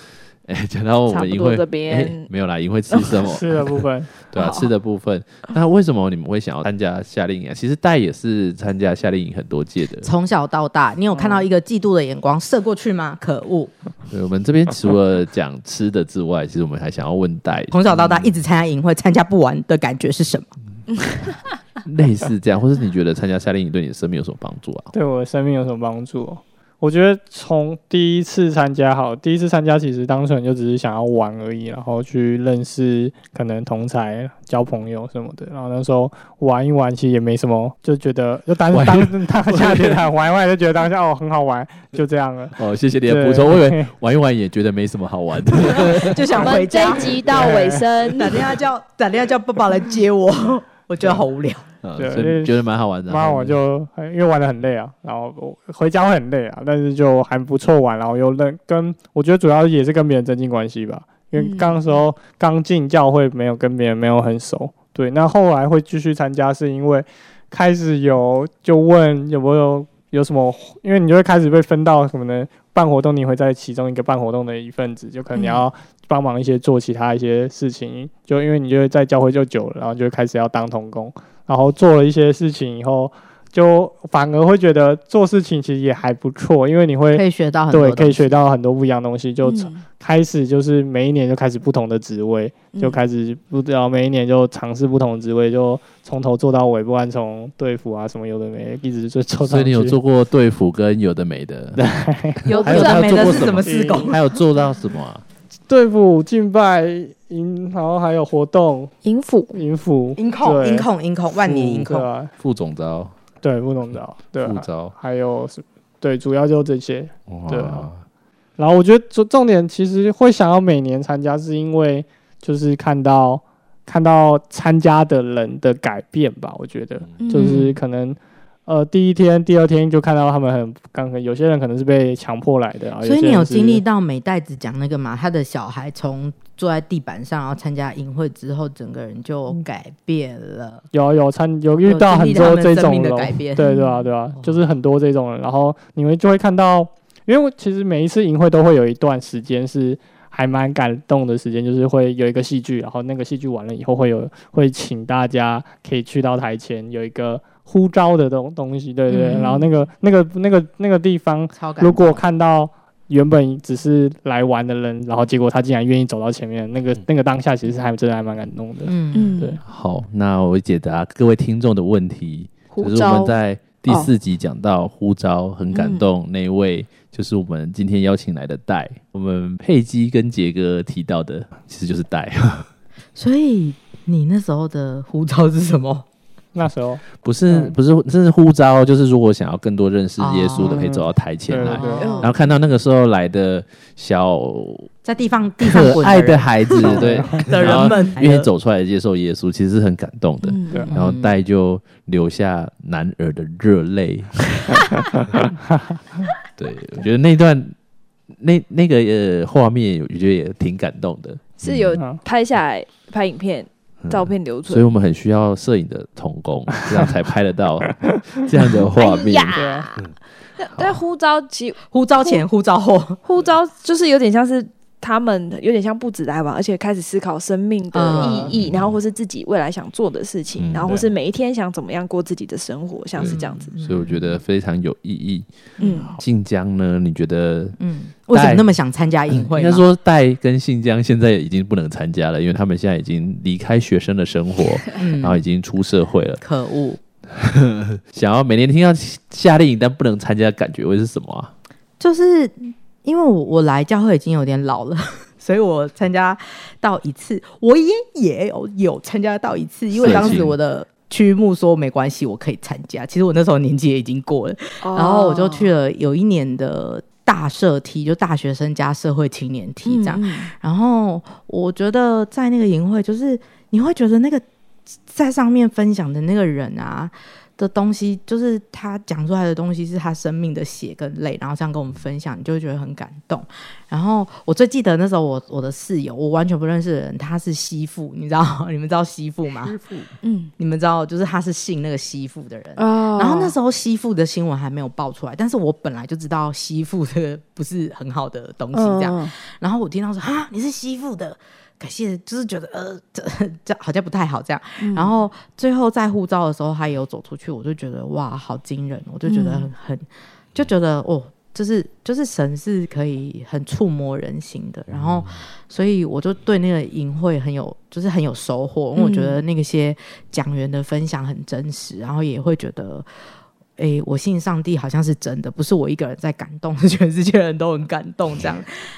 哎、讲到我 差们不银多会这边哎没有啦，银会吃 什么？吃的部分对啊，好吃的部分。那为什么你们会想要参加夏令营、啊？其实戴也是参加夏令营很多届的。从小到大，你有看哦到一个嫉妒的眼光射过去吗？可恶！对，我们这边除了讲吃的之外，其实我们还想要问戴，从小到大一直参加营会，参加不完的感觉是什么？ 嗯类似这样，或是你觉得参加夏令营对你的生命有什么帮助啊？对我的生命有什么帮助哦、我觉得从第一次参加好，第一次参加其实单纯就只是想要玩而已，然后去认识可能同才、交朋友什么的。然后那时候玩一玩，其实也没什么，就觉得就当玩一当当下觉得玩一玩就觉得当下哦很好玩，就这样了。哦，谢谢你对的补充，我以为玩一玩也觉得没什么好玩的。就我想回们这家一，集到尾声，打电话叫打电话叫爸爸来接 我，我觉得好无聊。嗯 对所以觉得蛮好玩的。妈，我就因为玩的很累啊，然后我回家会很累啊，但是就还不错玩，然后又认跟我觉得主要也是跟别人增进关系吧，因为嗯刚时候刚进教会没有跟别人没有很熟，对，那后来会继续参加是因为开始有就问有没有有什么，因为你就会开始被分到可能办活动，你会在其中一个办活动的一份子，就可能你嗯要帮忙一些做其他一些事情，就因为你就会在教会就久了，然后就会开始要当童工，然后做了一些事情以后，就反而会觉得做事情其实也还不错，因为你可会以学到很多对东西，可以学到很多不一样的东西，就从嗯开始就是每一年就开始不同的职位，嗯就开始不知道每一年就尝试不同的职位，就从头做到尾，不管从队服啊什么有的没的，一直就做上嗯所以去。你有做过队服跟有的没的，有还有这还有没做的过是什什么么事工？ 还有做到什么啊？队服、敬拜、营，然后还有活动、银府营服、音控对音控音控，万年音对控。啊，副总招，对，不懂的，对啊副，招，还有是，对，主要就这些。哇对啊然后我觉得重重点其实会想要每年参加，是因为就是看到看到参加的人的改变吧，我觉嗯得。就是可能呃第一天、第二天就看到他们很刚，有些人可能是被强迫来的，啊所以你有经历些人是到美代子讲那个嘛？他的小孩从坐在地板上，然后参加营会之后，整个人就改变了。有啊有参有遇到很多这种的人改变，对对啊对啊哦，就是很多这种人，然后你们就会看到，因为我其实每一次营会都会有一段时间是。还蛮感动的时间，就是会有一个戏剧，然后那个戏剧完了以后，会有会请大家可以去到台前有一个呼召的东东西，对对对嗯然后那个那个那个那个地方 超感动。如果看到原本只是来玩的人，然后结果他竟然愿意走到前面，那个那个当下其实还真的还蛮感动的。嗯嗯对好，那我解答各位听众的问题。胡就是我椒们在第哦四集讲到呼召很嗯感动那一位，就是我们今天邀请来的戴，我们佩姬跟杰哥提到的，其实就是戴， 所以你那时候的护照是什么？那时候不是、嗯不是，这是呼召，哦就是如果想要更多认识耶稣的，哦可以走到台前来。对啊然后看到那个时候来的小在地方地上可滚爱的人孩子，对， 然的人后们，嗯愿意走出来接受耶稣，其实是很感动的。嗯对啊然后戴就流下男儿的热泪。对，我觉得那段那那个呃画面，我觉得也挺感动的。是呃有嗯拍下来拍影片、嗯照，片留所以存。我们很需要摄影的童工，这样才拍得到这样的画面。对啊但但呼召其实护照前护照后，呼召就是有点像是他们有点像不止来往，而且开始思考生命的嗯意义，然后或是自己未来想做的事情，嗯然后或是每一天想怎么样过自己的生活，像嗯是这样子。所以我觉得非常有意义。嗯，晋江呢？你觉得嗯，为什么那么想参加嗯营会应吗？该说戴跟信江现在已经不能参加了，因为他们现在已经离开学生的生活，嗯，然后已经出社会了。可恶，想要每年听到夏令营但不能参加，感觉会是什么啊？就是因为我我来教会已经有点老了， 所以我参加到一次，我也也有有参加到一次，因为是当时是我的区牧说没关系，我可以参加。其实我那时候年纪也已经过了，然哦然后我就去了有一年的大社梯，就大学生加社会青年梯嗯这样。然后我觉得在那个营会，就是你会觉得那个在上面分享的那个人啊的东西，就是他讲出来的东西是他生命的血跟泪，然后这样跟我们分享，你就会觉得很感动。然后我最记得那时候我我的室友，我完全不认识的人，他是西父，你知道 你们知道西父吗？嗯你们知道就是他是信那个西父的人。哦然后那时候西父的新闻还没有爆出来，但是我本来就知道西父这个不是很好的东西，这样，嗯然后我听到说啊，你是西附的，感谢，就是觉得呃，这 这好像不太好这样。然后最后在护照的时候，他也有走出去，我就觉得哇，好惊人，我就觉得很、很就觉得哦。就是就是神是可以很触摸人心的，然后所以我就对那个营会很有就是很有收获，因为我觉得那个些讲员的分享很真实，然后也会觉得，诶，我信上帝好像是真的，不是我一个人在感动， 是全世界人都很感动这样。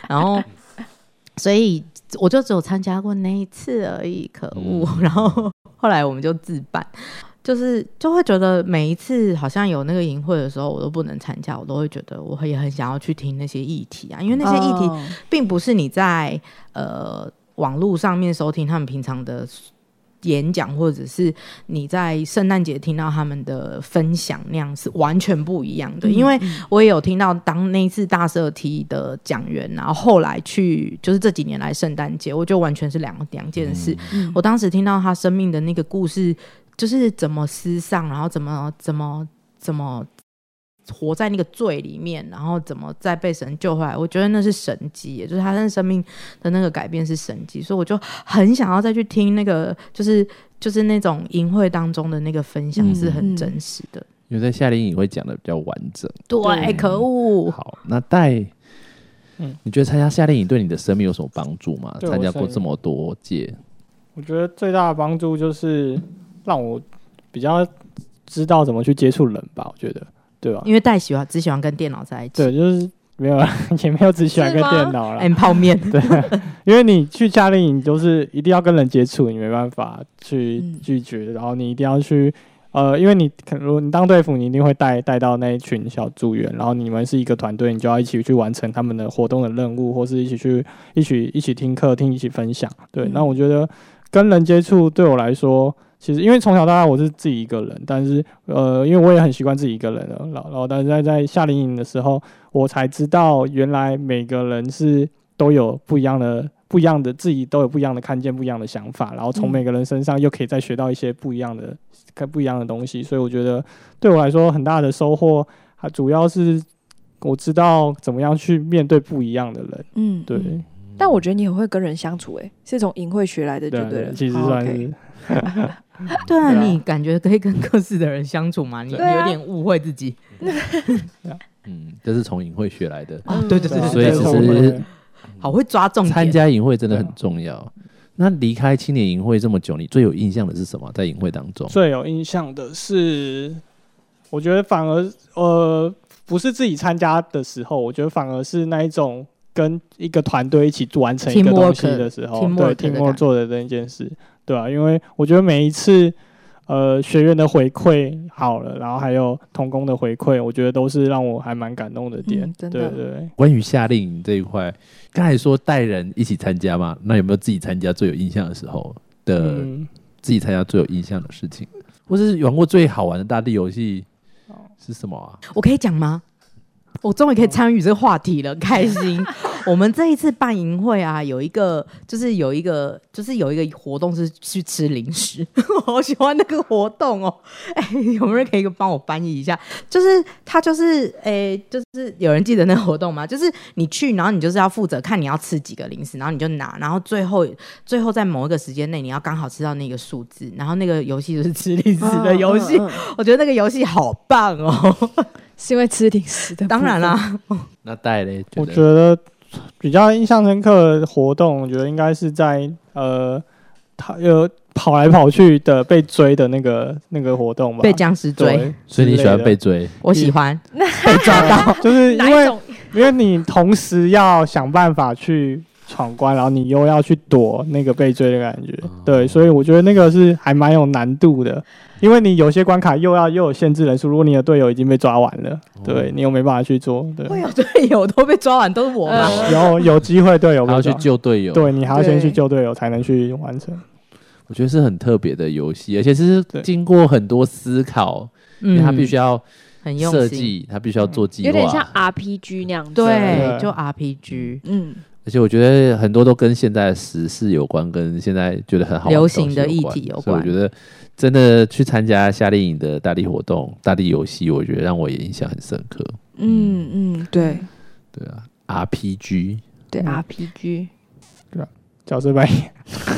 然后，所以我就只有参加过那一次而已，可恶。 然后后来我们就自办，就是就会觉得每一次好像有那个营会的时候，我都不能参加，我都会觉得我也很想要去听那些议题啊，因为那些议题哦并不是你在呃网络上面收听他们平常的演讲，或者是你在圣诞节听到他们的分享那样是完全不一样嗯的。因为我也有听到当那一次大社梯的讲员，然后后来去就是这几年来圣诞节，我就完全是两两件事。嗯我当时听到他生命的那个故事，就是怎么思丧，然后怎么怎么怎么活在那个罪里面，然后怎么再被神救回来。我觉得那是神迹，也就是他的生命的那个改变是神迹，所以我就很想要再去听那个，就是就是那种淫会当中的那个分享嗯是很真实的。因为在夏令营会讲的比较完整。对，哎可恶！好，那戴，哦嗯你觉得参加夏令营对你的生命有什么帮助吗？对我参加过生命这么多届，我觉得最大的帮助就是让我比较知道怎么去接触人吧，我觉得，对吧？因为戴喜欢只喜欢跟电脑在一起，对，就是没有， 也没有只喜欢跟是吗电脑啦。嗯，泡 面，对，因为你去夏令营就是一定要跟人接触，你没办法去嗯拒绝，然后你一定要去，呃，因为你可如果你当队服，你一定会带带到那一群小组员，然后你们是一个团队，你就要一起去完成他们的活动的任务，或是一起去一起一起听课听，一起分享。对，嗯那我觉得跟人接触对我来说。其实，因为从小到大我是自己一个人，但是呃，因为我也很习惯自己一个人了，然后然后但是在在夏令营的时候，我才知道原来每个人是都有不一样的、不一样的自己都有不一样的看见、不一样的想法，然后从嗯每个人身上又可以再学到一些不一样的、看不一样的东西。所以我觉得对我来说很大的收获，还主要是我知道怎么样去面对不一样的人。嗯对，嗯但我觉得你很会跟人相处，哎，是从淫秽学来的，对就啊，了。其实好算 ，OK 是对啊，对啊你感觉可以跟各式的人相处吗？你你对啊有点误会自己。嗯，这是从营会学来的。哦，对对对对啊对，所以对其我实觉得好会抓重参点。哦嗯加营会真的很重要。那离开青年营会这么久，你最有印象的是什么？在营会当中，最有印象的是，我觉得反而呃不是自己参加的时候，我觉得反而是那一种跟一个团队一起完成一个 Teamwork，东西的时候， teamwork 对的听感我觉做的那件事，对吧、因为我觉得每一次呃学员的回馈好了，然后还有童工的回馈，我觉得都是让我还蛮感动的点，嗯真对的对对。关于夏令营这一块，刚才说带人一起参加嘛，那有没有自己参加最有印象的时候的、嗯自己参加最有印象的事情，或是玩过最好玩的大地游戏哦是什么啊？我可以讲吗？我终于可以参与这个话题了，开 心。我们这一次办营会啊，有一个就是有一个就是有一个活动是去吃零食， 我好喜欢那个活动哦。哎、有没有人可以帮我翻译一下？就是他就是哎、就是有人记得那个活动吗？就是你去，然后你就是要负责看你要吃几个零食，然后你就拿，然后最后最后在某一个时间内你要刚好吃到那个数字，然后那个游戏就是吃零食的游戏。嗯嗯嗯我觉得那个游戏好棒哦。是因为吃零食的， 当然，啦，那带嘞，我觉得比较印象深刻的活动，我觉得应该是在呃，他呃跑来跑去的被追的那个那个活动吧。被僵尸追，对，所以你喜欢之类的被追，我喜欢被 抓到。就是因哪为一种因为你同时要想办法去闯关，然后你又要去躲那个被追的感觉，对，所以我觉得那个是还蛮有难度的，因为你有些关卡又要又有限制人数，如果你的队友已经被抓完了，对你又没办法去做，对，会有队友都被抓完，都是我吗？呃有有机会队友还被要抓去救队友，对你还要先去对救队友才能去完成。我觉得是很特别的游戏，而且是对经过很多思考，因为嗯它必须要很用设心，计，它必须要做计划，有点像 RPG 那样子。对，对就 RPG 嗯，而且我觉得很多都跟现在的时事有关，跟现在觉得很好玩流行的东西议题有所以我关觉得真的去参加夏令营的大地活动、大地游戏，我觉得让我也印象很深刻。嗯嗯，对对啊，RPG 对嗯 RPG，角色扮演，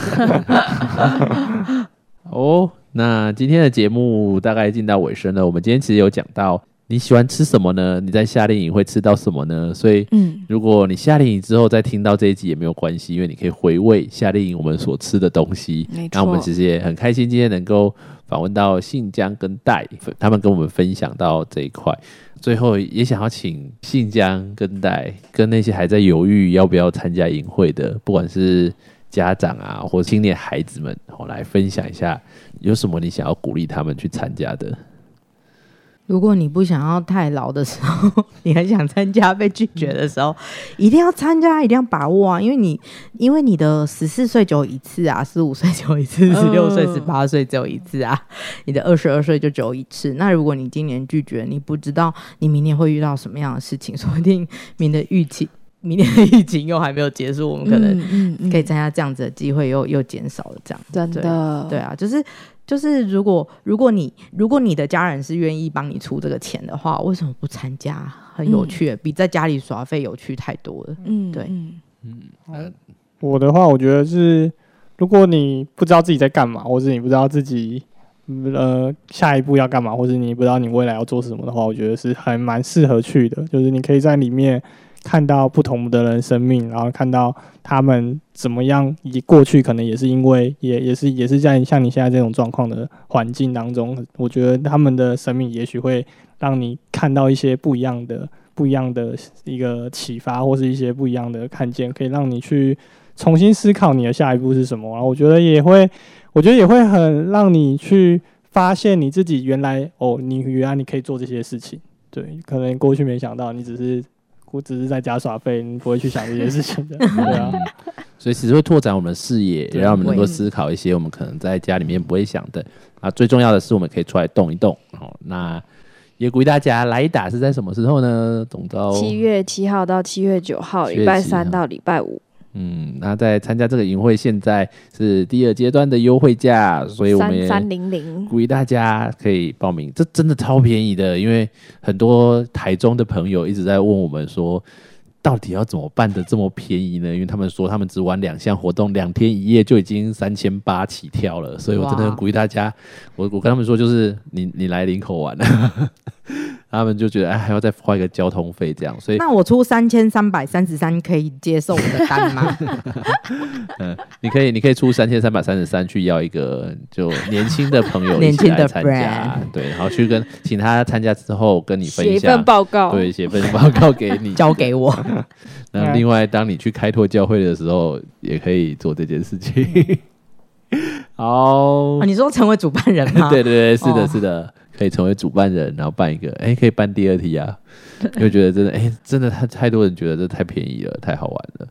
哦。那今天的节目大概进到尾声了。我们今天其实有讲到你喜欢吃什么呢？你在夏令营会吃到什么呢？所以嗯，如果你夏令营之后再听到这一集也没有关系，因为你可以回味夏令营我们所吃的东西。没错那我们其实也很开心今天能够访问到信江跟戴，他们跟我们分享到这一块。最后也想要请信江跟戴跟那些还在犹豫要不要参加营会的，不管是家长啊或青年孩子们，我来分享一下有什么你想要鼓励他们去参加的。如果你不想要太老的时候，你很想参加被拒绝的时候，嗯一定要参加，一定要把握啊！因为你，因为你的十四岁只有一次啊，十五岁只有一次，嗯十六岁、十八岁只有一次啊，你的二十二岁就只有一次。那如果你今年拒绝，你不知道你明年会遇到什么样的事情，说不定明年的疫情，明年的疫情又还没有结束，我们可能嗯嗯可以参加这样子的机会又又减少了这样。真的对啊，就是就是，如果如果你如果你的家人是愿意帮你出这个钱的话，为什么不参加？很有趣，欸比在家里耍费有趣太多了。嗯对嗯我的话，我觉得是，如果你不知道自己在干嘛，或者你不知道自己嗯呃下一步要干嘛，或者你不知道你未来要做什么的话，我觉得是还蛮适合去的。就是你可以在里面看到不同的人生命，然后看到他们怎么样，以及过去可能也是因为也也是也是在像你现在这种状况的环境当中，我觉得他们的生命也许会让你看到一些不一样的。不一样的一个启发，或是一些不一样的看见，可以让你去重新思考你的下一步是什么，然后我觉得也会，我觉得也会很让你去发现你自己原来哦，你原来你可以做这些事情，对，可能过去没想到，你只是我只是在家耍废，你不会去想这些 事情的， 对啊，嗯所以其实会拓展我们的视野，也对让我们能够会思考一些我们可能在家里面不会想的啊。最重要的是，我们可以出来动一动。哦，那也鼓励大家来打是在什么时候呢？总招七月七号到七月九号， 7月礼拜7号三到礼拜五，嗯，那在参加这个营会，现在是第二阶段的优惠价，所以我们三也三零零，鼓励大家可以报名，这真的超便宜的，因为很多台中的朋友一直在问我们说，到底要怎么办的这么便宜呢？因为他们说他们只玩两项活动，两天一夜就已经三千八起跳了，所以我真的很哇鼓励大家，我我跟他们说，就是你你来林口玩，啊他们就觉得哎还要再花一个交通费这样，所以那我出三千三百三十三可以接受我的单 吗？你可以你可以出三千三百三十三去要一个就年轻的朋友一年起轻来的参加，对，然后去跟请他参加之后跟你写分一享份，报哦告，对，写份报告给 你。交给 我，哦那另外，当你去开拓教会的时候，也可以做这件事情。 好嗯哦，你说成为主办人吗？ 对对对，是的，哦是的，可以成为主办人，然后办一个，哎，可以办第二题啊，因为觉得真的，哎，真的太太多人觉得这太便宜了，太好玩了。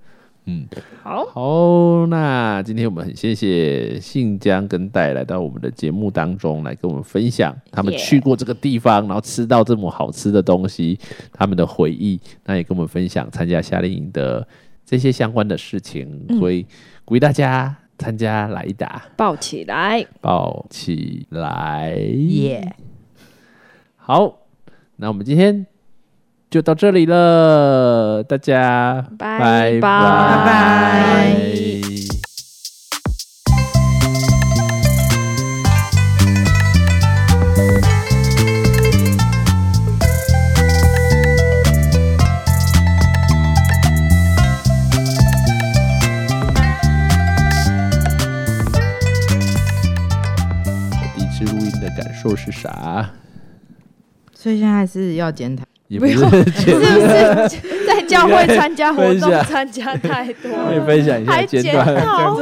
嗯，好，好，那今天我们很谢谢信江跟戴来到我们的节目当中，来跟我们分享他们 Yeah 去过这个地方，然后吃到这么好吃的东西，他们的回忆，那也跟我们分享参加夏令营的这些相关的事情，嗯所以鼓励大家参加来达抱起来，抱起来。耶，好，那我们今天就到这里了，大家拜拜拜拜拜第一次录音的感受是啥？所以现在是要检讨。也不是 是简 不是在教会参加活分动享参加太多 可以了？分享一下还简检短，讨，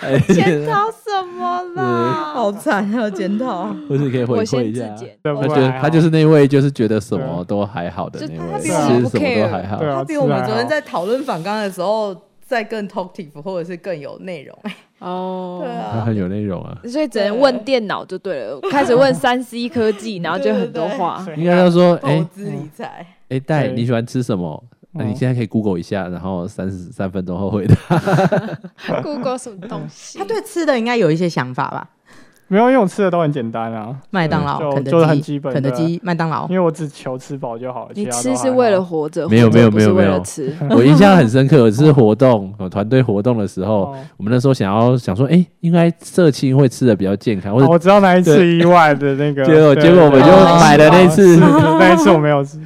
哎 检讨什么嗯啦？惨，要检讨。嗯或是可以回我馈先一自下。检，对啊他不觉对得还他好就是那位，就是觉得什么都还好的就那他位，比吃我们什么都不 care 还好对。啊，他比我是们啊昨天在讨论反纲的时候再更 talkative，或者是更有内容。哎哦，对他啊，很有内容啊，所以只能问电脑就对了，开始问三 C 科技，然后就很多话。对哦应该要说，投哎资理财，哎，戴，对你喜欢吃什么？那你嗯现在可以 Google 一下，然后三十三分钟后回答。 Google 什么东西？他对吃的应该有一些想法吧？没有，因为我吃的都很简单啊，麦当劳、就肯就是德很基、基本肯德的基、麦当劳因。为我只求吃饱就好了。你其他都吃还是好为了活着，啊没有活着不是没有没有为没了有嗯吃。我印象很深刻，有一次活动，我团队活动的时候，哦我们那时候想要想说，哎，应该社青会吃的比较健康，或哦者我知道那一次意外的那 个，结果对结果我们对就对买了那哦次是是 那一次我没有吃，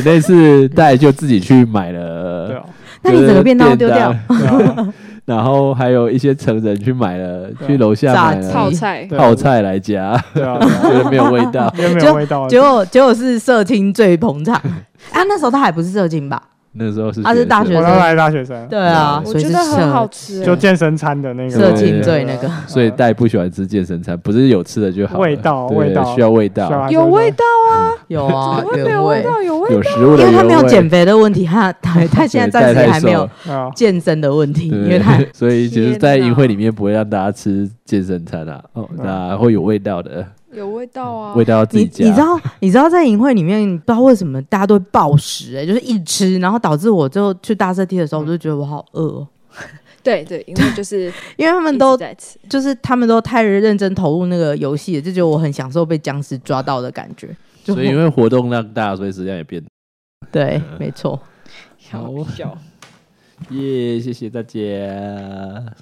对那次戴就自己去买对了啊，那你整个便当都丢掉便当，对啊， 然后还有一些成人去买了，对啊去楼下买炸鸡了泡菜，对啊泡菜来夹，对啊，觉得没有味道。因为没有味道，结果结果是社青最 捧场啊！那时候他还不是社青吧？那时候 是他啊是大学生我那时候还是大学生，对啊，我所以觉是得很好社吃。啊就健身餐的那个社青最那个所以戴不喜欢吃健身餐，不是有吃的就好了，味道对味道需要味道，有味道啊，有啊怎么，会没原有味味。道？有味嗯有道。食物的因为他原没有味减，肥的问题，他 他他现在对暂戴时太还没瘦有了啊，健身的问题，因为 他对，所以其实，天在哪营会里面不会让大家吃健身餐啊，哦，嗯那会有味道的，有味道啊！味道要自己哦加。你你知道你知道在营会里面不知道为什么大家都会暴食、欸，就是一吃，然后导致我就去大社梯的时候，我就觉得我好饿、哦，对对，因为就是因为他他们都在吃，就是他们都太认真投入那个游戏了，就觉得我很享受被僵尸抓到的感觉。就所以因为活动量大，所以食量也变对，没错。好 笑。耶谢谢大家。